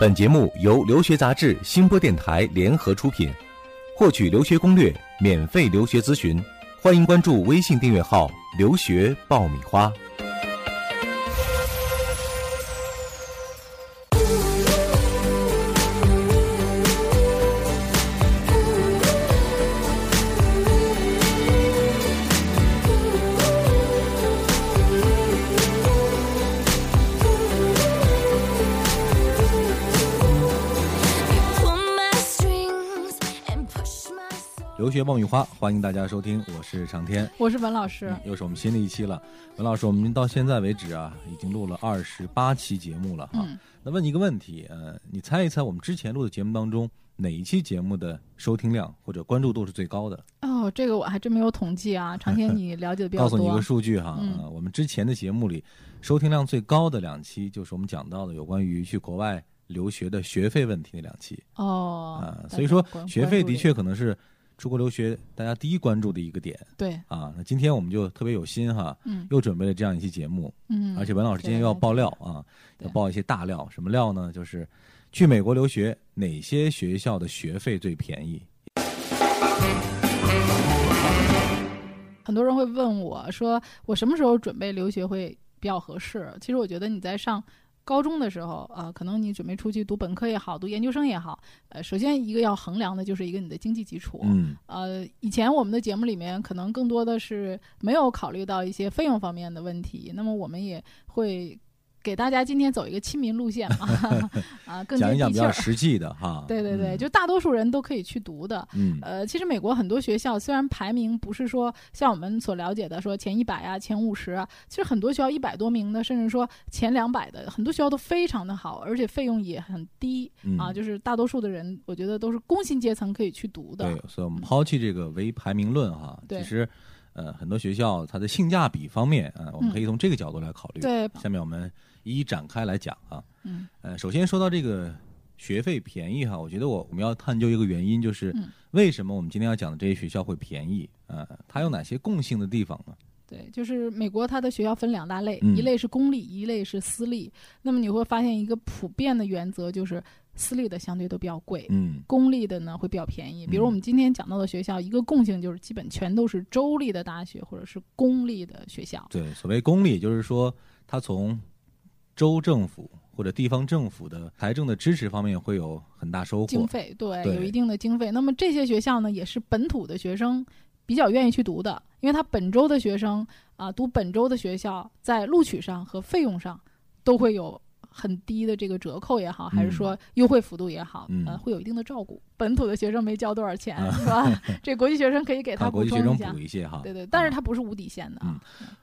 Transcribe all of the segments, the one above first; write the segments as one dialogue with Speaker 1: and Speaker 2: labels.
Speaker 1: 本节目由留学杂志、新播电台联合出品。获取留学攻略、免费留学咨询，欢迎关注微信订阅号“留学爆米花”。留学爆米花，欢迎大家收听，我是长天，
Speaker 2: 我是文老师，
Speaker 1: 又是我们新的一期了。文老师，我们到现在为止啊，已经录了二十八期节目了哈。
Speaker 2: 嗯
Speaker 1: 那问你一个问题，呃，你猜一猜我们之前录的节目当中，哪一期节目的收听量或者关注度是最高的？
Speaker 2: 哦，这个我还真没有统计啊，长 天你了解的比较
Speaker 1: 告诉
Speaker 2: 多。
Speaker 1: 你一个数据哈，
Speaker 2: 嗯
Speaker 1: 呃我们之前的节目里，收听量最高的两期就是我们讲到的有关于去国外留学的学费问题那两期
Speaker 2: 哦
Speaker 1: 啊、，
Speaker 2: 大
Speaker 1: 所以
Speaker 2: 家
Speaker 1: 说
Speaker 2: 关
Speaker 1: 学
Speaker 2: 关
Speaker 1: 费
Speaker 2: 注
Speaker 1: 的
Speaker 2: 这
Speaker 1: 确可能是出国留学大家第一关注的一个点
Speaker 2: 个对，
Speaker 1: 啊。那今天我们就特别有心哈，
Speaker 2: 嗯
Speaker 1: 又准备了这样一期节目，
Speaker 2: 嗯，
Speaker 1: 而且文老师今天又要爆料啊，
Speaker 2: 对
Speaker 1: 要爆一些大料。什么料呢？就是去美国留学，哪些学校的学费最便宜？
Speaker 2: 很多人会问我说，我什么时候准备留学会比较合适？其实我觉得你在上。高中的时候，啊，可能你准备出去读本科也好，读研究生也好，呃，首先一个要衡量的就是一个你的经济基础，
Speaker 1: 嗯
Speaker 2: 呃，以前我们的节目里面可能更多的是没有考虑到一些费用方面的问题，那么我们也会给大家今天走一个亲民路线嘛， 啊，更接
Speaker 1: 讲一讲比
Speaker 2: 地气
Speaker 1: 较
Speaker 2: 儿。
Speaker 1: 实际的哈。
Speaker 2: 对对对，
Speaker 1: 嗯
Speaker 2: 就大多数人都可以去读的。
Speaker 1: 嗯
Speaker 2: 呃，其实美国很多学校虽然排名不是说像我们所了解的说前一百啊、前五十啊，其实很多学校一百多名的，甚至说前两百的，很多学校都非常的好，而且费用也很低、
Speaker 1: 嗯
Speaker 2: 啊，就是大多数的人，我觉得都是工薪阶层可以去读的。嗯
Speaker 1: 对，所以我们抛弃这个唯排名论哈。
Speaker 2: 对
Speaker 1: 其实，呃，很多学校它的性价比方面啊、呃我们可以从这个角度来考虑。
Speaker 2: 嗯对，
Speaker 1: 下面我们一一展开来讲啊。
Speaker 2: 嗯。
Speaker 1: 呃，首先说到这个学费便宜哈，我觉得我我们要探究一个原因，就是
Speaker 2: 嗯
Speaker 1: 为什么我们今天要讲的这些学校会便宜？呃，它有哪些共性的地方呢？
Speaker 2: 对，就是美国它的学校分两大类，
Speaker 1: 嗯
Speaker 2: 一类是公立，一类是私立。那么你会发现一个普遍的原则就是，私立的相对都比较贵，
Speaker 1: 嗯
Speaker 2: 公立的呢会比较便宜。比
Speaker 1: 嗯
Speaker 2: 如我们今天讲到的学校，一个共性就是基本全都是州立的大学或者是公立的学校。
Speaker 1: 对，所谓公立，就是说它从州政府或者地方政府的财政的支持方面会有很大收
Speaker 2: 经
Speaker 1: 获。
Speaker 2: 费对
Speaker 1: 对
Speaker 2: 有一定的经费。那么这些学校呢，也是本土的学生比较愿意去读的，因为他本州的学生啊，读本州的学校，在录取上和费用上都会有。很低的这个折扣也好，还是说优惠幅度也好，
Speaker 1: 嗯啊
Speaker 2: 呃，会有一定的照顾。本土的学生没交多少钱，是吧？ 这国际学生可以给
Speaker 1: 看
Speaker 2: 他
Speaker 1: 国
Speaker 2: 补
Speaker 1: 际学生
Speaker 2: 充一下
Speaker 1: 补，一啊些哈，嗯
Speaker 2: 对对，但是它不是无底线的啊。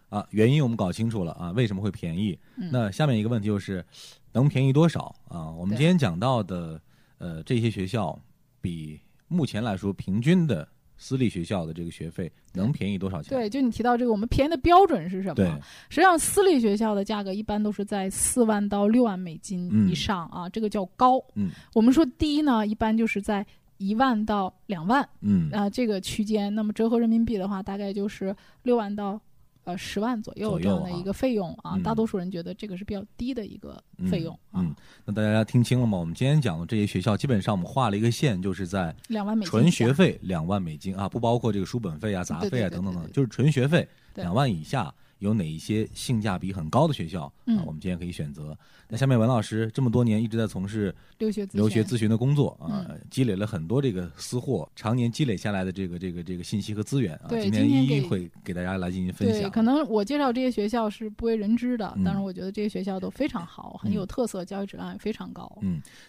Speaker 1: 啊，原因我们搞清楚了啊，为什么会便宜？
Speaker 2: 嗯
Speaker 1: 那下面一个问题就是，能便宜多少啊？我们
Speaker 2: 对
Speaker 1: 今天讲到的，呃，这些学校比目前来说平均的私立学校的这个学费能便宜多少钱？
Speaker 2: 对，就你提到这个，我们便宜的标准是什么？
Speaker 1: 对
Speaker 2: 实际上，私立学校的价格一般都是在四万到六万美金以上啊，这个叫高。
Speaker 1: 嗯
Speaker 2: 我们说低呢，一般就是在一万到两万
Speaker 1: 嗯
Speaker 2: 啊、这个区间。那么折合人民币的话，大概就是六万到呃十万左右
Speaker 1: 左右
Speaker 2: 这样的
Speaker 1: 啊
Speaker 2: 一个费用啊。
Speaker 1: 嗯
Speaker 2: 大多数人觉得这个是比较低的一个费用啊，
Speaker 1: 嗯，那大家听清了吗？我们今天讲的这些学校，基本上我们画了一个线，就是在
Speaker 2: 两万美金以
Speaker 1: 纯
Speaker 2: 下。
Speaker 1: 学费两万美金啊，不包括这个书本费啊、杂
Speaker 2: 对
Speaker 1: 费啊
Speaker 2: 对对
Speaker 1: 等等
Speaker 2: 对
Speaker 1: 等，
Speaker 2: 对
Speaker 1: 就是纯学费
Speaker 2: 对
Speaker 1: 两万以下有哪一些性价比很高的学校啊
Speaker 2: 嗯？
Speaker 1: 我们今天可以选择。那下面文老师这么多年一直在从事
Speaker 2: 留学咨询嗯
Speaker 1: 留学咨询的工作啊，积累了很多这个私货，常年积累下来的这个这个这个信息和资源啊，
Speaker 2: 对
Speaker 1: 今
Speaker 2: 今天
Speaker 1: 一一
Speaker 2: 给
Speaker 1: 会给大家来进行分
Speaker 2: 对，
Speaker 1: 享。
Speaker 2: 可能我介绍这些学校是不为人知的，
Speaker 1: 嗯
Speaker 2: 但是我觉得这些学校都非常好，很有特色，教育质量也非常高。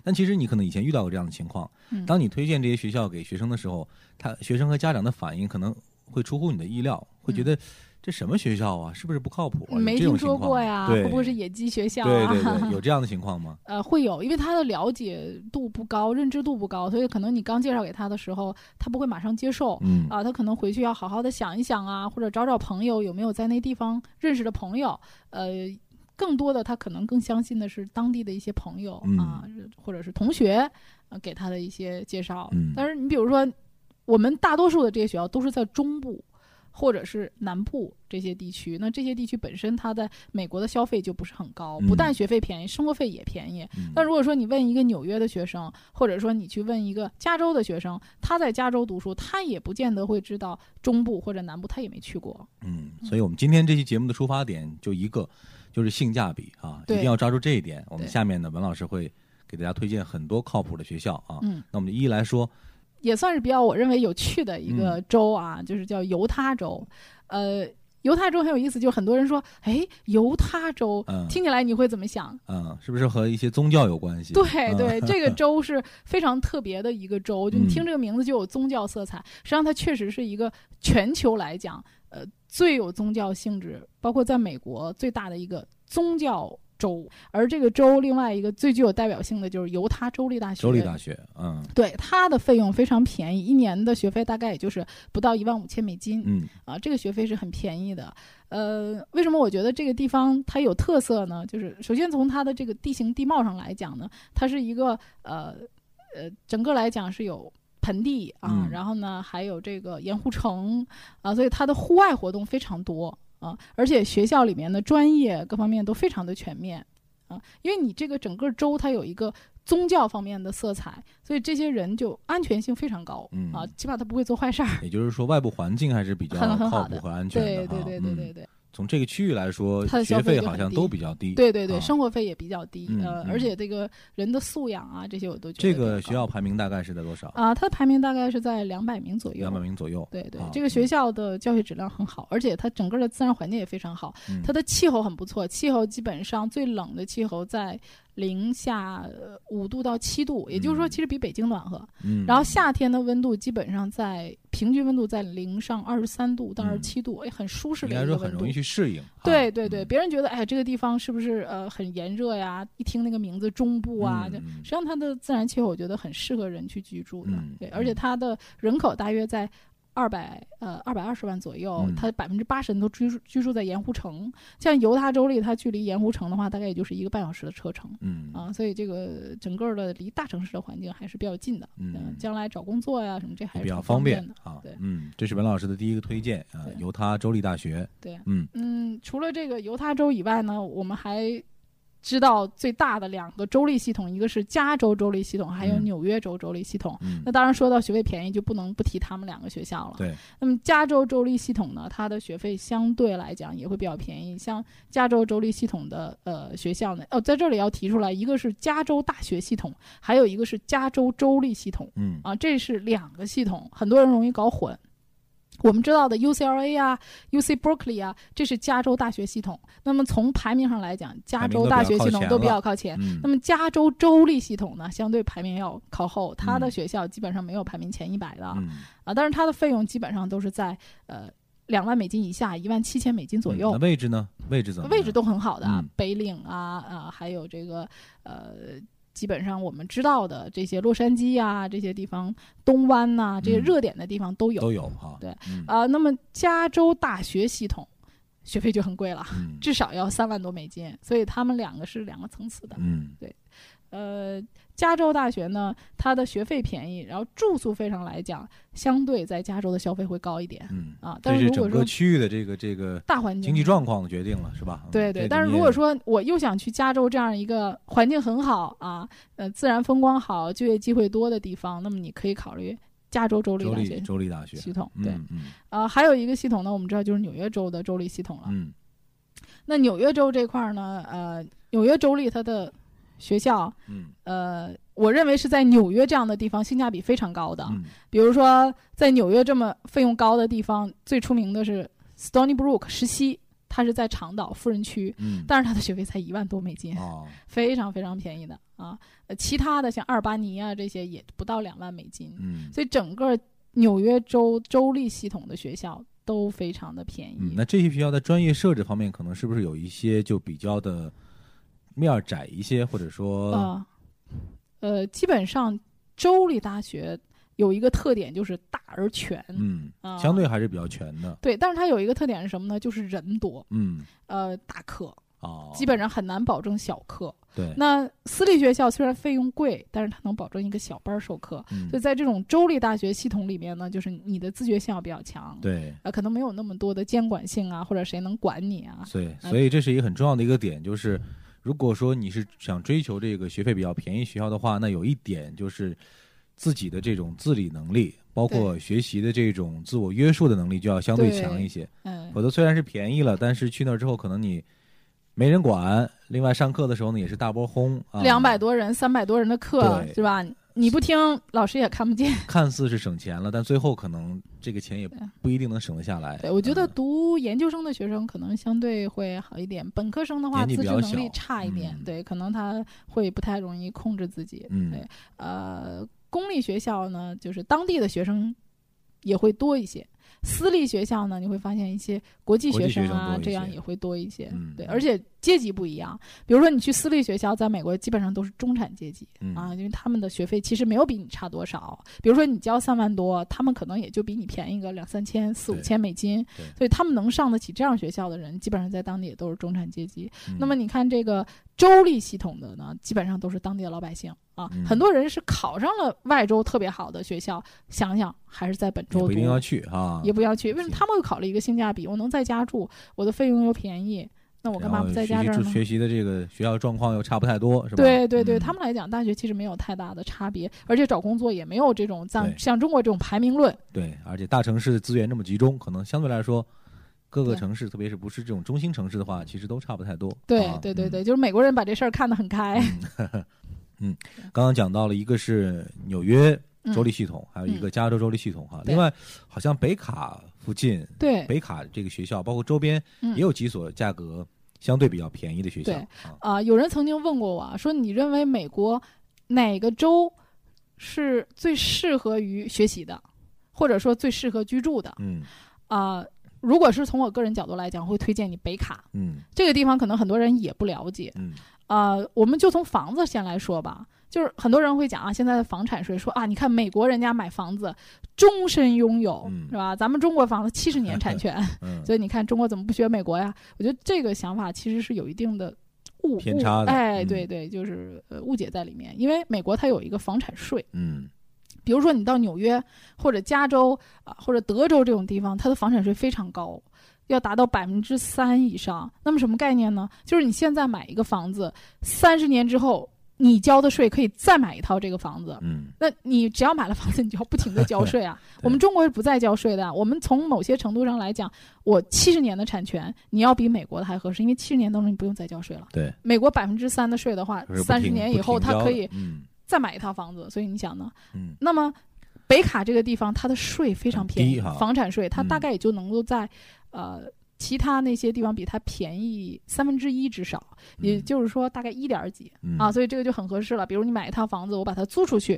Speaker 1: 但其实你可能以前遇到过这样的情况，
Speaker 2: 嗯
Speaker 1: 嗯当你推荐这些学校给学生的时候，他学生和家长的反应可能会出乎你的意料，会觉得这什么学校啊，是不是不靠谱啊？有
Speaker 2: 嗯没
Speaker 1: 这种
Speaker 2: 听说
Speaker 1: 情况
Speaker 2: 过
Speaker 1: 吗
Speaker 2: 呀，
Speaker 1: 对，
Speaker 2: 会不会是野鸡学校
Speaker 1: 对
Speaker 2: 啊？
Speaker 1: 对对，有这样的情况吗？
Speaker 2: 呃，会有，因为他的了解度不高，认知度不高，所以可能你刚介绍给他的时候，他不会马上接受
Speaker 1: 嗯
Speaker 2: 啊、他可能回去要好好的想一想啊，或者找找朋友有没有在那地方认识的朋友，呃。更多的，他可能更相信的是当地的一些朋友、
Speaker 1: 嗯
Speaker 2: 啊，或者是同学、呃、给他的一些介绍。
Speaker 1: 嗯
Speaker 2: 但是你比如说，我们大多数的这些学校都是在中部，或者是南部这些地区。那这些地区本身它在美国的消费就不是很高，不
Speaker 1: 嗯
Speaker 2: 但学费便宜，生活费也便宜。
Speaker 3: 嗯
Speaker 2: 但如果说你问一个纽约的学生，或者说你去问一个加州的学生，他在加州读书，他也不见得会知道中部或者南部，他也没去过。
Speaker 3: 嗯，所以我们今天这期节目的出发点就一个，就是性价比啊，一
Speaker 2: 对
Speaker 3: 定要抓住这一点。我们
Speaker 2: 对
Speaker 3: 下面呢，文老师会给大家推荐很多靠谱的学校啊。
Speaker 2: 嗯，
Speaker 3: 那我们一一来说，
Speaker 2: 也算是比较我认为有趣的一个州啊，就是叫犹他州，呃。犹他州很有意思，就很多人说，哎，犹他州，
Speaker 3: 嗯
Speaker 2: 听起来你会怎么想？
Speaker 3: 嗯，是不是和一些宗教有关系？
Speaker 2: 对
Speaker 3: 嗯
Speaker 2: 对，这个州是非常特别的一个州，就
Speaker 3: 嗯
Speaker 2: 你听这个名字就有宗教色彩。实际上，它确实是一个全球来讲，呃，最有宗教性质，包括在美国最大的一个宗教州。而这个州另外一个最具有代表性的就是犹他州立大学。
Speaker 3: 州立大学，嗯
Speaker 2: 对它的费用非常便宜，一年的学费大概也就是不到一万五千美金。
Speaker 3: 嗯
Speaker 2: 啊，这个学费是很便宜的。呃，为什么我觉得这个地方它有特色呢？就是首先从它的这个地形地貌上来讲呢，它是一个呃呃，整个来讲是有盆地啊，
Speaker 3: 嗯
Speaker 2: 然后呢还有这个盐湖城啊，所以它的户外活动非常多啊，而且学校里面的专业各方面都非常的全面啊，因为你这个整个州它有一个。宗教方面的色彩，所以这些人就安全性非常高、
Speaker 3: 嗯
Speaker 2: 啊，起码他不会做坏事儿。
Speaker 3: 也就是说外部环境还是比较
Speaker 2: 很很好
Speaker 3: 靠
Speaker 2: 的
Speaker 3: 谱和安全的
Speaker 2: 对
Speaker 3: 啊。
Speaker 2: 对对对
Speaker 3: 嗯
Speaker 2: 对对。
Speaker 3: 从这个区域来说
Speaker 2: 它，的消
Speaker 3: 学
Speaker 2: 费
Speaker 3: 费
Speaker 2: 就
Speaker 3: 好
Speaker 2: 很
Speaker 3: 像
Speaker 2: 低
Speaker 3: 都比较低。
Speaker 2: 对对对，
Speaker 3: 啊
Speaker 2: 生活费也比较低，
Speaker 3: 嗯
Speaker 2: 呃，
Speaker 3: 嗯
Speaker 2: 而且这个人的素养啊，这些我都觉
Speaker 3: 这
Speaker 2: 得比较
Speaker 3: 个
Speaker 2: 高
Speaker 3: 学校排名大概是在多少？
Speaker 2: 啊，它的排名大概是在两百名左右
Speaker 3: 两。百名左右。
Speaker 2: 对对
Speaker 3: 啊，
Speaker 2: 这个学校的教学质量很好，而且它整个的自然环境也非常好
Speaker 3: 嗯，
Speaker 2: 它的气候很不错，气候基本上最冷的气候在零下呃五度到七度，也就是说
Speaker 3: 嗯
Speaker 2: 其实比北京暖和。
Speaker 3: 嗯，
Speaker 2: 然后夏天的温度基本上在平均温度在零上二十三度到二十七度，哎，很舒适
Speaker 3: 嗯应
Speaker 2: 的
Speaker 3: 该
Speaker 2: 一个
Speaker 3: 说很
Speaker 2: 温度
Speaker 3: 容易。去适应。啊
Speaker 2: 对对对，
Speaker 3: 嗯
Speaker 2: 别人觉得哎，这个地方是不是呃很炎热呀？一听那个名字中部啊，就
Speaker 3: 嗯
Speaker 2: 实际上它的自然气候，我觉得很适合人去居住的。
Speaker 3: 嗯
Speaker 2: 对，
Speaker 3: 嗯
Speaker 2: 而且它的人口大约在二百呃二百二十万左右，
Speaker 3: 嗯
Speaker 2: 它百分之八十人都居住居住在盐湖城。像犹他州立，它距离盐湖城的话，大概也就是一个半小时的车程。
Speaker 3: 嗯
Speaker 2: 啊，所以这个整个的离大城市的环境还是比较近的。
Speaker 3: 嗯
Speaker 2: 呃将来找工作呀什么，这还
Speaker 3: 也
Speaker 2: 是
Speaker 3: 比较
Speaker 2: 挺
Speaker 3: 方
Speaker 2: 便的。
Speaker 3: 啊
Speaker 2: 对。
Speaker 3: 嗯，这是文老师的第一个推荐啊
Speaker 2: 对，
Speaker 3: 犹他州立大学。
Speaker 2: 对，
Speaker 3: 嗯
Speaker 2: 嗯，除了这个犹他州以外呢，我们还知道最大的两个州立系统，一个是加州州立系统，还有
Speaker 3: 嗯
Speaker 2: 纽约州州立系统。
Speaker 3: 嗯
Speaker 2: 那，当然，说到学费便宜，就不能不提他们两个学校了。
Speaker 3: 对，
Speaker 2: 那么加州州立系统呢，它的学费相对来讲也会比较便宜。像加州州立系统的呃学校呢，哦，在这里要提出来，一个是加州大学系统，还有一个是加州州立系统。
Speaker 3: 嗯
Speaker 2: 啊，这是两个系统，很多人容易搞混。我们知道的 UCLA 啊、UC Berkeley 啊，这是加州大学系统。那么从排名上来讲，加州大学系统都比较靠前。
Speaker 3: 嗯
Speaker 2: 那么加州州立系统呢，相对排名要靠后，它
Speaker 3: 嗯
Speaker 2: 的学校基本上没有排名前一百的、
Speaker 3: 嗯
Speaker 2: 啊，但是它的费用基本上都是在呃两万美金以下，一万七千美金左
Speaker 3: 嗯
Speaker 2: 右。
Speaker 3: 那位置呢？位置怎么样？
Speaker 2: 位置都很好的啊，
Speaker 3: 嗯
Speaker 2: 北岭啊，啊，还有这个呃，基本上我们知道的这些洛杉矶呀、这些地方，东湾呐、这些
Speaker 3: 嗯
Speaker 2: 热点的地方都有
Speaker 3: 都有哈。
Speaker 2: 对
Speaker 3: 嗯，
Speaker 2: 啊、那么加州大学系统学费就很贵了，
Speaker 3: 嗯
Speaker 2: 至少要三万多美金，所以他们两个是两个层次的。
Speaker 3: 嗯
Speaker 2: 呃，加州大学呢，它的学费便宜，然后住宿费上来讲，相对在加州的消费会高一点
Speaker 3: 嗯，
Speaker 2: 啊。但
Speaker 3: 这是
Speaker 2: 是如果
Speaker 3: 整
Speaker 2: 说
Speaker 3: 个区域的这个这个
Speaker 2: 大环境
Speaker 3: 经济
Speaker 2: 上
Speaker 3: 状况决定了，是吧？嗯
Speaker 2: 对
Speaker 3: 这
Speaker 2: 对，
Speaker 3: 个
Speaker 2: 但是
Speaker 3: 你
Speaker 2: 如
Speaker 3: 也
Speaker 2: 果说我又想去加州这样一个环境很好啊，呃，自然风光好、就业机会多的地方，那么你可以考虑加州州立
Speaker 3: 州
Speaker 2: 大
Speaker 3: 立
Speaker 2: 学
Speaker 3: 州立大学，
Speaker 2: 系统。对，
Speaker 3: 嗯嗯
Speaker 2: 啊，还有一个系统呢，我们知道就是纽约州的州立系统了。
Speaker 3: 嗯
Speaker 2: 那纽约州这块儿呢，呃，纽约州立它的学校，
Speaker 3: 嗯
Speaker 2: 呃，我认为是在纽约这样的地方性价比非常高的。
Speaker 3: 嗯
Speaker 2: 比如说，在纽约这么费用高的地方，最出名的是 Stony Brook 石溪，它是在长岛富人区。
Speaker 3: 嗯，
Speaker 2: 但是它的学费才一万多美金，
Speaker 3: 哦，
Speaker 2: 非常非常便宜的啊。呃，其他的像阿尔巴尼啊这些也不到两万美金，
Speaker 3: 嗯
Speaker 2: 所以整个纽约州州立系统的学校都非常的便宜。
Speaker 3: 嗯，那这些学校在专业设置方面，可能是不是有一些就比较的面儿窄一些，或者说，
Speaker 2: 啊、呃，基本上州立大学有一个特点就是大而全，
Speaker 3: 嗯，
Speaker 2: 啊
Speaker 3: 相对还是比较全的，
Speaker 2: 对，但是它有一个特点是什么呢？就是人多，
Speaker 3: 嗯，
Speaker 2: 呃，大课
Speaker 3: 哦，
Speaker 2: 基本上很难保证小课。
Speaker 1: 对，
Speaker 2: 那私立学校虽然费用贵，但是它能保证一个小班儿授课。
Speaker 1: 嗯
Speaker 2: 所以在这种州立大学系统里面呢，就是你的自觉性要比较强，
Speaker 1: 对
Speaker 2: 啊，可能没有那么多的监管性啊，或者谁能管你啊？
Speaker 1: 对，
Speaker 2: 呃
Speaker 1: 所以这是一个很重要的一个点，就是如果说你是想追求这个学费比较便宜学校的话，那有一点就是自己的这种自理能力，包括学习的这种自我约束的能力就要相对
Speaker 2: 对
Speaker 1: 强一些。
Speaker 2: 嗯，
Speaker 1: 否则虽然是便宜了，但是去那儿之后可能你没人管，另外上课的时候呢也是大波轰，啊
Speaker 2: 两百，多人、三百多人的课啊
Speaker 1: 对
Speaker 2: 是吧？你不听，老师也看不见。
Speaker 1: 看似是省钱了，但最后可能这个钱也
Speaker 2: 对
Speaker 1: 不一定能省得下来。
Speaker 2: 对，我觉得
Speaker 1: 嗯
Speaker 2: 读研究生的学生可能相对会好一点，本科生的话
Speaker 1: 年纪
Speaker 2: 自
Speaker 1: 比
Speaker 2: 制
Speaker 1: 较
Speaker 2: 能力
Speaker 1: 小
Speaker 2: 差一点，
Speaker 1: 嗯
Speaker 2: 对，可能他会不太容易控制自己。
Speaker 1: 嗯
Speaker 2: 对，呃，公立学校呢，就是当地的学生也会多一些。私立学校呢，你会发现一些国际
Speaker 1: 国际
Speaker 2: 学生
Speaker 1: 学生
Speaker 2: 啊
Speaker 1: 多，一
Speaker 2: 这样
Speaker 1: 些
Speaker 2: 也会多一些。
Speaker 1: 嗯
Speaker 2: 对，而且阶级不一样。比如说，你去私立学校，在美国基本上都是中产阶级、
Speaker 1: 嗯
Speaker 2: 啊，因为他们的学费其实没有比你差多少。比如说，你交三万多，他们可能也就比你便宜个两三千、四五
Speaker 1: 对
Speaker 2: 千美金
Speaker 1: 对。
Speaker 2: 所以，他们能上得起这样学校的人，基本上在当地也都是中产阶级。
Speaker 1: 嗯
Speaker 2: 那么你看这个州立系统的呢，基本上都是当地的老百姓啊，
Speaker 1: 嗯
Speaker 2: 很多人是考上了外州特别好的学校，想想还是在本
Speaker 1: 也
Speaker 2: 州
Speaker 1: 不
Speaker 2: 读
Speaker 1: 一，定要去啊，
Speaker 2: 也不要去。为什么
Speaker 1: 行
Speaker 2: 他们会考虑一个性价比？我能在家住，我的费用又便宜，那我干嘛
Speaker 1: 然后
Speaker 2: 不在家
Speaker 1: 学
Speaker 2: 这
Speaker 1: 习
Speaker 2: 儿
Speaker 1: 就
Speaker 2: 呢？
Speaker 1: 学习的这个学校状况又差不太多，是吧？
Speaker 2: 对对对，
Speaker 1: 嗯
Speaker 2: 他们来讲，大学其实没有太大的差别，而且找工作也没有这种像
Speaker 1: 对
Speaker 2: 像中国这种排名论。
Speaker 1: 对，而且大城市的资源这么集中，可能相对来说，各个
Speaker 2: 对
Speaker 1: 城市，特别是不是这种中心城市的话，其实都差不太多。
Speaker 2: 对
Speaker 1: 啊
Speaker 2: 对对对，，就是美国人把这事儿看得很开。
Speaker 1: 嗯刚刚讲到了一个是纽约
Speaker 2: 嗯
Speaker 1: 州立系统，还有一个加州州立系统哈。
Speaker 2: 对
Speaker 1: 另外，好像北卡附近，
Speaker 2: 对，
Speaker 1: 北卡这个学校，包括周边
Speaker 2: 嗯
Speaker 1: 也有几所价格相对比较便宜的学校
Speaker 2: 对
Speaker 1: 啊。
Speaker 2: 啊、有人曾经问过我啊，说你认为美国哪个州是最适合于学习的，或者说最适合居住的
Speaker 1: 嗯
Speaker 2: 啊、如果是从我个人角度来讲，会推荐你北卡
Speaker 1: 嗯
Speaker 2: 这个地方，可能很多人也不了解
Speaker 1: 嗯，
Speaker 2: 啊、我们就从房子先来说吧，就是很多人会讲啊，现在的房产税说啊，你看美国人家买房子终身拥有、
Speaker 1: 嗯
Speaker 2: 是吧？咱们中国房子七十年产权，
Speaker 1: 嗯，
Speaker 2: 所以你看，中国怎么不学美国呀？我觉得这个想法其实是有一定的误
Speaker 1: 偏差的
Speaker 2: 误哎，
Speaker 1: 嗯
Speaker 2: 对对，就是呃误解在里面。因为美国它有一个房产税，
Speaker 1: 嗯
Speaker 2: 比如说你到纽约或者加州啊或者德州这种地方，它的房产税非常高，要达到百分之三以上。那么什么概念呢？就是你现在买一个房子，三十年之后你交的税可以再买一套这个房子。
Speaker 1: 嗯，
Speaker 2: 那你只要买了房子，你就要不停的交税啊
Speaker 1: 。对
Speaker 2: 我们中国是不再交税的。我们从某些程度上来讲，我七十年的产权，你要比美国的还合适，因为七十年当中你不用再交税了。
Speaker 1: 对，
Speaker 2: 美国百分之三的税的话
Speaker 1: 就是，不
Speaker 2: 三十
Speaker 1: 停
Speaker 2: 年
Speaker 1: 不
Speaker 2: 以后
Speaker 1: 停
Speaker 2: 它
Speaker 1: 交
Speaker 2: 可
Speaker 1: 的
Speaker 2: 以
Speaker 1: 嗯
Speaker 2: 再买一套房子，所以你想呢？
Speaker 1: 嗯
Speaker 2: 那么北卡这个地方，它的税非常便
Speaker 1: 很低
Speaker 2: 宜
Speaker 1: 哈，
Speaker 2: 房产税它
Speaker 1: 嗯
Speaker 2: 大概也就能够在、呃其他那些地方比它便宜三分之一至少，也
Speaker 1: 嗯
Speaker 2: 就是说大概一点儿几。
Speaker 1: 嗯
Speaker 2: 啊，所以这个就很合适了。比如你买一套房子，我把它租出去，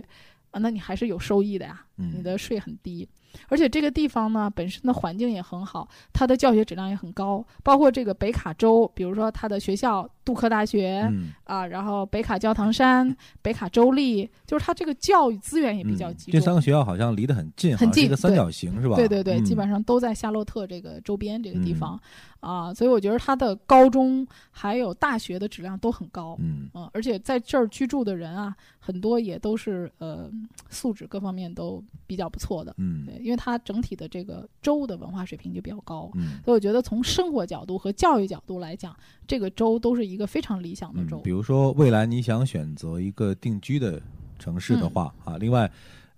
Speaker 2: 啊，那你还是有收益的呀，你
Speaker 1: 嗯
Speaker 2: 的税很低。而且这个地方呢，本身的环境也很好，它的教学质量也很高，包括这个北卡州，比如说它的学校杜克大学、
Speaker 1: 嗯
Speaker 2: 啊，然后北卡教堂山、北卡州立，就是它这个教育资源也比较
Speaker 1: 嗯
Speaker 2: 集
Speaker 1: 这
Speaker 2: 中。
Speaker 1: 三个学校好像离得很近，
Speaker 2: 很
Speaker 1: 好像是一
Speaker 2: 近
Speaker 1: 个三
Speaker 2: 对
Speaker 1: 角形是吧？
Speaker 2: 对对对，
Speaker 1: 嗯
Speaker 2: 基本上都在夏洛特这个周边这个地方，
Speaker 1: 嗯
Speaker 2: 啊，所以我觉得它的高中还有大学的质量都很高。
Speaker 1: 嗯
Speaker 2: 嗯，而且在这儿居住的人啊，很多也都是呃素质各方面都比较不错的，
Speaker 1: 嗯
Speaker 2: 对，因为它整体的这个州的文化水平就比较高，
Speaker 1: 嗯
Speaker 2: 所以我觉得从生活角度和教育角度来讲，这个州都是一个非常理想的
Speaker 1: 嗯
Speaker 2: 州。
Speaker 1: 比如说未来你想选择一个定居的城市
Speaker 2: 嗯
Speaker 1: 的话啊，另外。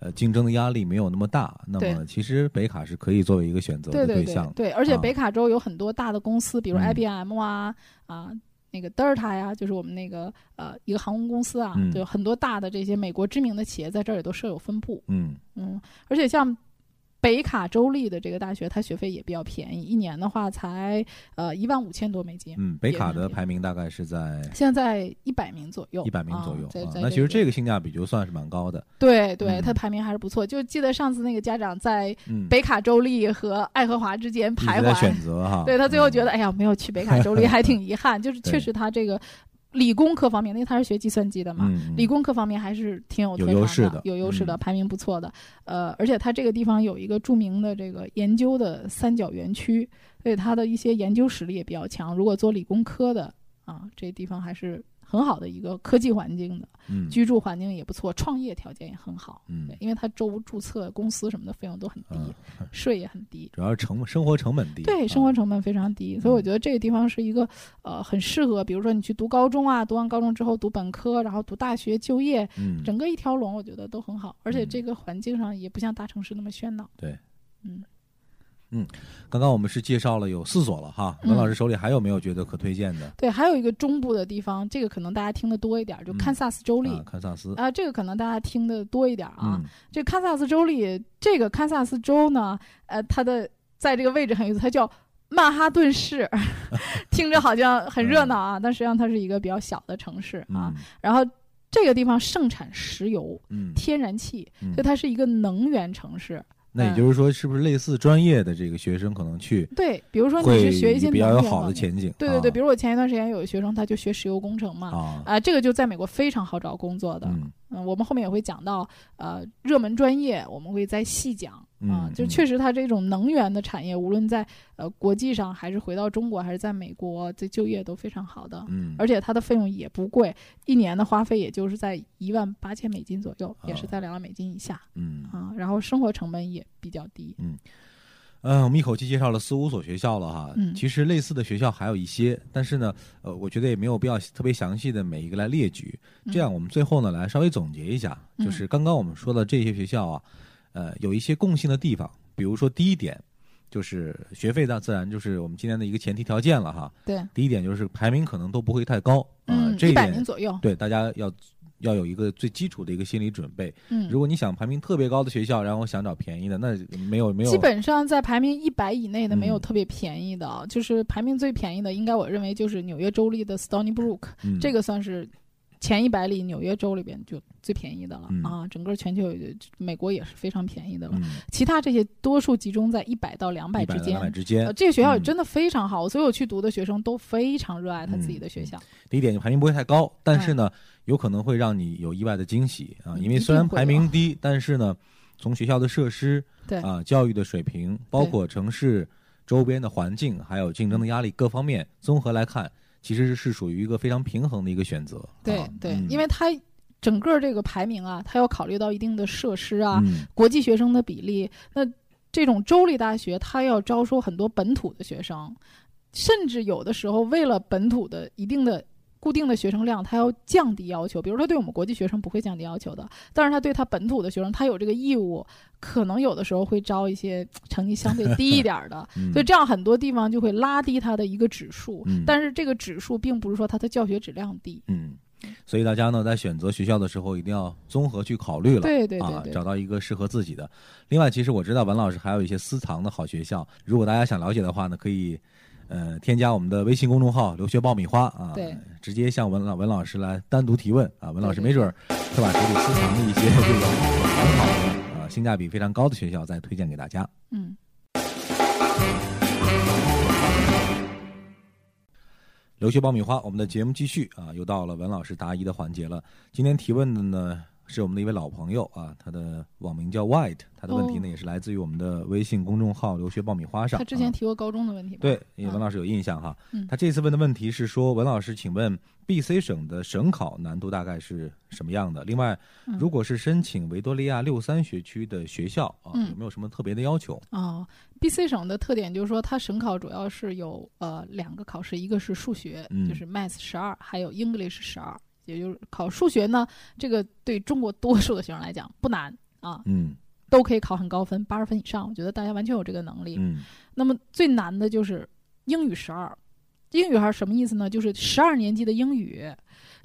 Speaker 1: 呃，竞争的压力没有那么大，那
Speaker 2: 对
Speaker 1: 么其实北卡是可以作为一个选择
Speaker 2: 对
Speaker 1: 的
Speaker 2: 对对
Speaker 1: 象。
Speaker 2: 对，而且
Speaker 1: 啊
Speaker 2: 北卡州有很多大的公司，比如
Speaker 1: 嗯
Speaker 2: IBM 啊、啊。那个德尔塔呀，就是我们那个呃一个航空公司啊，
Speaker 1: 嗯
Speaker 2: 就很多大的这些美国知名的企业在这儿也都设有分部。
Speaker 1: 嗯
Speaker 2: 嗯，而且像北卡州立的这个大学，它学费也比较便宜，一年的话才呃一万五千多美金，
Speaker 1: 嗯，北
Speaker 2: 也
Speaker 1: 卡
Speaker 2: 是
Speaker 1: 的
Speaker 2: 这
Speaker 1: 排名大概是在
Speaker 2: 现在一百名左右，
Speaker 1: 一百名左右
Speaker 2: 啊在
Speaker 1: 啊
Speaker 2: 在
Speaker 1: 那其实这
Speaker 2: 个
Speaker 1: 个性价比就算是蛮高的。
Speaker 2: 对对，它
Speaker 1: 嗯
Speaker 2: 排名还是不错。就记得上次那个家长在
Speaker 1: 嗯，
Speaker 2: 北卡州立和爱荷华之间
Speaker 1: 一直
Speaker 2: 徘
Speaker 1: 在
Speaker 2: 徊
Speaker 1: 选，择哈。
Speaker 2: 对他最后觉得、
Speaker 1: 嗯
Speaker 2: 哎呀没有去北卡州立 还挺遗憾，就是确
Speaker 1: 对
Speaker 2: 实他这个理工科方面，因为他是学计算机的嘛，
Speaker 1: 嗯，嗯
Speaker 2: 理工科方面还是挺有
Speaker 1: 有
Speaker 2: 特
Speaker 1: 优
Speaker 2: 长
Speaker 1: 势的
Speaker 2: 有优势的，
Speaker 1: 嗯
Speaker 2: 排名不错的。呃，而且它这个地方有一个著名的这个研究的三角园区，所以它的一些研究实力也比较强。如果做理工科的啊，这地方还是很好的一个科技环境的，
Speaker 1: 嗯
Speaker 2: 居住环境也不错，创业条件也很好。
Speaker 1: 嗯
Speaker 2: 对，因为它周注册公司什么的费用都很低，
Speaker 1: 嗯，
Speaker 2: 税也很低。
Speaker 1: 主要是成生活成本低，
Speaker 2: 对，生活
Speaker 1: 啊
Speaker 2: 成本非常低，
Speaker 1: 嗯
Speaker 2: 所以我觉得这个地方是一个呃很适合，比如说你去读高中啊，读完高中之后读本科，然后读大学就业，
Speaker 1: 嗯，
Speaker 2: 整个一条龙，我觉得都很好，而且
Speaker 1: 嗯
Speaker 2: 这个环境上也不像大城市那么喧闹。
Speaker 1: 刚刚我们是介绍了有四所了哈，
Speaker 2: 嗯
Speaker 1: 文老师手里还有没有觉得可推荐的？
Speaker 2: 对，还有一个中部的地方，这个可能大家听得多一点儿，就
Speaker 1: 嗯
Speaker 2: 堪萨斯州立。
Speaker 1: 啊，堪萨斯
Speaker 2: 啊，这个可能大家听得多一点儿啊。
Speaker 1: 嗯
Speaker 2: 这堪萨斯州立，这个堪萨斯州呢，呃，它的在这个位置很有意思，它叫曼哈顿市， 听着好像很热闹啊，但实际上它是一个比较小的城市啊。
Speaker 1: 嗯
Speaker 2: 然后这个地方盛产石油、
Speaker 1: 嗯，
Speaker 2: 天然气，
Speaker 1: 嗯
Speaker 2: 所以它是一个能源城市。
Speaker 1: 那也就是说，是不是类似专业的这个学生可能去
Speaker 2: 对，比如说你
Speaker 1: 会
Speaker 2: 是学一些
Speaker 1: 比
Speaker 2: 能
Speaker 1: 较有
Speaker 2: 源
Speaker 1: 好
Speaker 2: 方
Speaker 1: 的
Speaker 2: 面
Speaker 1: 前景？
Speaker 2: 对对对，
Speaker 1: 啊
Speaker 2: 比如我前一段时间有学生，他就学石油工程嘛，
Speaker 1: 啊，
Speaker 2: 啊，这个就在美国非常好找工作的。
Speaker 1: 嗯
Speaker 2: 嗯，我们后面也会讲到，呃，热门专业我们会再细讲啊、
Speaker 1: 嗯
Speaker 2: 就
Speaker 1: 嗯
Speaker 2: 确实它这种能源的产业，无论在呃国际上，还是回到中国，还是在美国，这就业都非常好的，
Speaker 1: 嗯，
Speaker 2: 而且它的费用也不贵，一年的花费也就是在一万八千美金左右，也是
Speaker 1: 啊
Speaker 2: 在两万美金以下
Speaker 1: 嗯
Speaker 2: 啊。然后生活成本也比较低，
Speaker 1: 嗯，我们一口气介绍了四五所学校了哈。
Speaker 2: 嗯
Speaker 1: 其实类似的学校还有一些，但是呢，呃，我觉得也没有必要特别详细的每一个来列举。这样，我们最后呢来稍微总结一下，
Speaker 2: 嗯
Speaker 1: 就是刚刚我们说的这些学校啊，呃，有一些共性的地方，比如说第一点。就是学费呢，自然就是我们今天的一个前提条件了哈。
Speaker 2: 对，
Speaker 1: 第一点就是排名可能都不会太高啊、
Speaker 2: 嗯，
Speaker 1: 这一
Speaker 2: 一百
Speaker 1: 点
Speaker 2: 名左右，
Speaker 1: 对大家要要有一个最基础的一个心理准备。
Speaker 2: 嗯
Speaker 1: 如，果你想排名特别高的学校，然后想找便宜的，那没有没有
Speaker 2: 基本上在排名一百以内的没有
Speaker 1: 嗯
Speaker 2: 特别便宜的，啊，就是排名最便宜的，应该我认为就是纽约州立的 Stony Brook，、
Speaker 1: 嗯
Speaker 2: 这个算是前一百里纽约州里边就最便宜的了、
Speaker 1: 嗯
Speaker 2: 啊，整个全球也美国也是非常便宜的了，
Speaker 1: 嗯
Speaker 2: 其他这些多数集中在一百到两百
Speaker 1: 一百
Speaker 2: 之
Speaker 1: 到两百
Speaker 2: 间。
Speaker 1: 之间
Speaker 2: 呃，。这个学校也
Speaker 1: 嗯
Speaker 2: 真的非常好，所有去读的学生都非常热爱他自己的
Speaker 1: 嗯
Speaker 2: 学校。
Speaker 1: 第一点，排名不会太高，但是呢，有可能会让你有意外的惊喜啊！
Speaker 2: 嗯
Speaker 1: 因为
Speaker 2: 一
Speaker 1: 虽然
Speaker 2: 定会
Speaker 1: 排名低，但是呢，从学校的设施、
Speaker 2: 对
Speaker 1: 啊教育的水平，包括城市周边的环境，还有竞争的压力各方面综合来看，其实是属于一个非常平衡的一个选择。
Speaker 2: 对、
Speaker 1: 啊
Speaker 2: 对、
Speaker 1: 嗯
Speaker 2: 因为它整个这个排名啊，它要考虑到一定的设施啊，
Speaker 1: 嗯
Speaker 2: 国际学生的比例。那这种州立大学，它要招收很多本土的学生，甚至有的时候为了本土的一定的固定的学生量，它要降低要求。比如说，对我们国际学生不会降低要求的，但是他对他本土的学生，他有这个义务，可能有的时候会招一些成绩相对低一点儿的。
Speaker 1: 嗯
Speaker 2: 所以这样很多地方就会拉低它的一个指数，
Speaker 1: 嗯
Speaker 2: 但是这个指数并不是说它的教学质量低。
Speaker 1: 嗯，所以大家呢，在选择学校的时候，一定要综合去考虑了。
Speaker 2: 对对对
Speaker 1: 啊，
Speaker 2: 对，
Speaker 1: 找到一个适合自己的。另外，其实我知道文老师还有一些私藏的好学校，如果大家想了解的话呢，可以呃添加我们的微信公众号“留学爆米花”啊，
Speaker 2: 对，
Speaker 1: 直接向文老文老师来单独提问啊，文老师
Speaker 2: 对对
Speaker 1: 没准儿会把手里私藏的一些这个很好的啊性价比非常高的学校再推荐给大家。
Speaker 2: 嗯
Speaker 1: 留学爆米花，我们的节目继续啊，又到了文老师答疑的环节了。今天提问的呢是我们的一位老朋友啊，他的网名叫 White，他的问题呢、也是来自于我们的微信公众号“留学爆米花”上。
Speaker 2: 他之前
Speaker 1: 啊
Speaker 2: 提过高中的问题吧？
Speaker 1: 对，也
Speaker 2: 啊
Speaker 1: 文老师有印象哈。
Speaker 2: 嗯
Speaker 1: 他这次问的问题是说，文老师，请问 B、C 省的省考难度大概是什么样的？另外，
Speaker 2: 嗯
Speaker 1: 如果是申请维多利亚六三学区的学校啊，
Speaker 2: 嗯
Speaker 1: 有没有什么特别的要求？
Speaker 2: 哦，BC 省的特点就是说，它省考主要是有呃两个考试，一个是数学，
Speaker 1: 嗯
Speaker 2: 就是 Math 十二，还有 English 十二。也就是考数学呢，这个对中国多数的学生来讲不难啊，
Speaker 1: 嗯
Speaker 2: 都可以考很高分，八十分以上，我觉得大家完全有这个能力。
Speaker 1: 嗯
Speaker 2: 那么最难的就是英语十二，英语还是什么意思呢？就是十二年级的英语，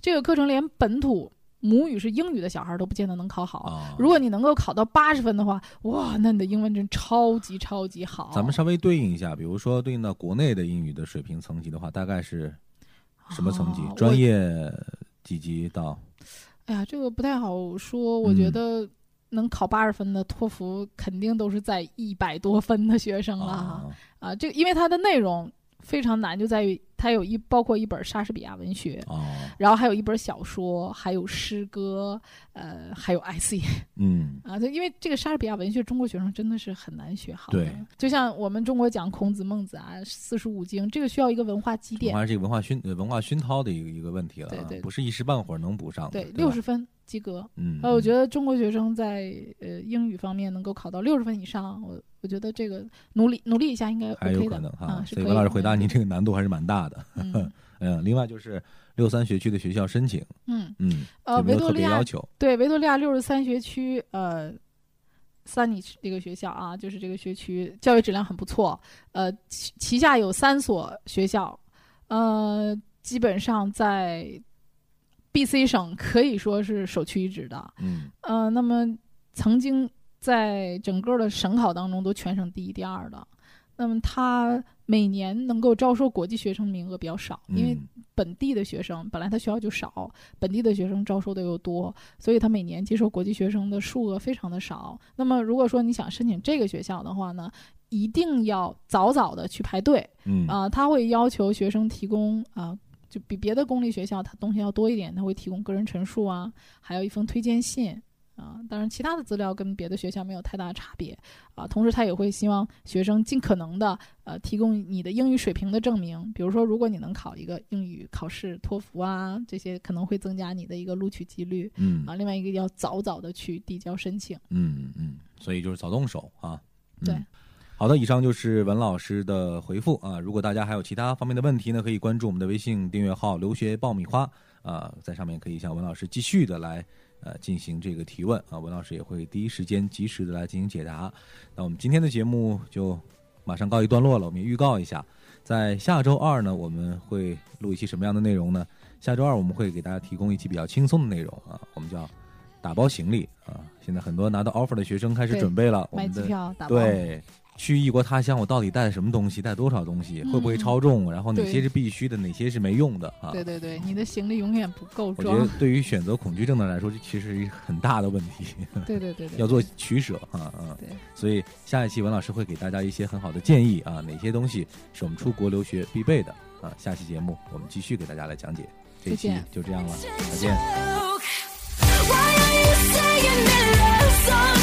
Speaker 2: 这个课程连本土母语是英语的小孩儿都不见得能考好。
Speaker 1: 啊，
Speaker 2: 如果你能够考到八十分的话，哇，那你的英文真超级超级好。
Speaker 1: 咱们稍微对应一下，比如说对应到国内的英语的水平层级的话，大概是什么层级？
Speaker 2: 啊
Speaker 1: 专？
Speaker 2: 我
Speaker 1: 业几级到？
Speaker 2: 哎呀，这个不太好说。我觉
Speaker 1: 嗯
Speaker 2: 得能考八十分的托福，肯定都是在一百多分的学生了啊
Speaker 1: 啊，
Speaker 2: 这个因为它的内容非常难，就在于它有一包括一本莎士比亚文学，
Speaker 1: 哦，
Speaker 2: 然后还有一本小说，还有诗歌，呃，还有 IC
Speaker 1: 嗯，
Speaker 2: 啊，对，因为这个莎士比亚文学，中国学生真的是很难学好的
Speaker 1: 对。
Speaker 2: 就像我们中国讲孔子、孟子啊，四书五经，这个需要一个文化积
Speaker 1: 恐
Speaker 2: 淀
Speaker 1: 怕，是一个文化熏呃文化熏陶的一个一个问题了啊，
Speaker 2: 对对
Speaker 1: 不是一时半会儿能补上的。
Speaker 2: 对
Speaker 1: 对，，
Speaker 2: 六十，分及格。
Speaker 1: 嗯，
Speaker 2: 呃，我觉
Speaker 1: 得，
Speaker 2: 得中国学生在呃英语方面能够考到六十分以上，我我觉得这个努力努力一下应该
Speaker 1: 嗯还有
Speaker 2: OK
Speaker 1: 可
Speaker 2: 的
Speaker 1: 能
Speaker 2: 啊
Speaker 1: 哈，，所
Speaker 2: 是可
Speaker 1: 以
Speaker 2: 以
Speaker 1: 文老师
Speaker 2: 的
Speaker 1: 回答你这个难度还是蛮大的。
Speaker 2: 嗯
Speaker 1: 嗯，另外就是六三学区的学校申请，
Speaker 2: 嗯，
Speaker 1: 嗯，
Speaker 2: 呃，
Speaker 1: 有没
Speaker 2: 维
Speaker 1: 有
Speaker 2: 多
Speaker 1: 特
Speaker 2: 利
Speaker 1: 别
Speaker 2: 亚
Speaker 1: 要求？
Speaker 2: 对维多利亚六十三学区，呃，三里这个学校啊，就是这个学区教育质量很不错，呃，旗旗下有三所学校，呃，基本上在 B、C 省可以说是首屈一指的，
Speaker 1: 嗯，
Speaker 2: 呃，那么曾经在整个的省考当中都全省第一、第二的。那么它每年能够招收国际学生名额比较少，因为
Speaker 1: 嗯
Speaker 2: 本地的学生本来他学校就少，本地的学生招收的又多，所以他每年接收国际学生的数额非常的少。那么如果说你想申请这个学校的话呢，一定要早早的去排队
Speaker 1: 嗯
Speaker 2: 啊、他会要求学生提供啊、就比别的公立学校它东西要多一点，他会提供个人陈述啊，还有一封推荐信啊、当然，其他的资料跟别的学校没有太大差别啊、同时，他也会希望学生尽可能的呃提供你的英语水平的证明，比如说，如果你能考一个英语考试、托福啊，这些可能会增加你的一个录取几率
Speaker 1: 嗯
Speaker 2: 啊、另外一个要早早的去递交申请。
Speaker 1: 嗯嗯，所以就是早动手啊。嗯
Speaker 2: 对。
Speaker 1: 好的，以上就是文老师的回复啊。如果大家还有其他方面的问题呢，可以关注我们的微信订阅号“留学爆米花”啊，在上面可以向文老师继续的来呃进行这个提问啊，文老师也会第一时间及时的来进行解答。那啊我们今天的节目就马上告一段落了，我们也预告一下，在下周二呢，我们会录一期什么样的内容呢？下周二我们会给大家提供一期比较轻松的内容啊，我们叫打包行李啊。现在很多拿到 offer 的学生开始
Speaker 2: 对
Speaker 1: 准备了，我
Speaker 2: 买
Speaker 1: 们
Speaker 2: 机
Speaker 1: 的
Speaker 2: 票、打包，
Speaker 1: 对，去异国他乡，我到底带什么东西？带多少东西？
Speaker 2: 嗯
Speaker 1: 会不会超重？然后哪
Speaker 2: 对
Speaker 1: 些是必须的，哪些是没用的啊？
Speaker 2: 对对对，你的行李永远不够
Speaker 1: 我觉得
Speaker 2: 装。
Speaker 1: 对于选择恐惧症的人来说，这其实是一个很大的问题，
Speaker 2: 对对对对，
Speaker 1: 要做取舍啊啊！
Speaker 2: 对
Speaker 1: 所以下一期文老师会给大家一些很好的建议啊，哪些东西是我们出国留学必备的啊？下期节目我们继续给大家来讲解。这一
Speaker 2: 再
Speaker 1: 期
Speaker 2: 见
Speaker 1: 就这样了，再见。
Speaker 4: Why are you singing that love song?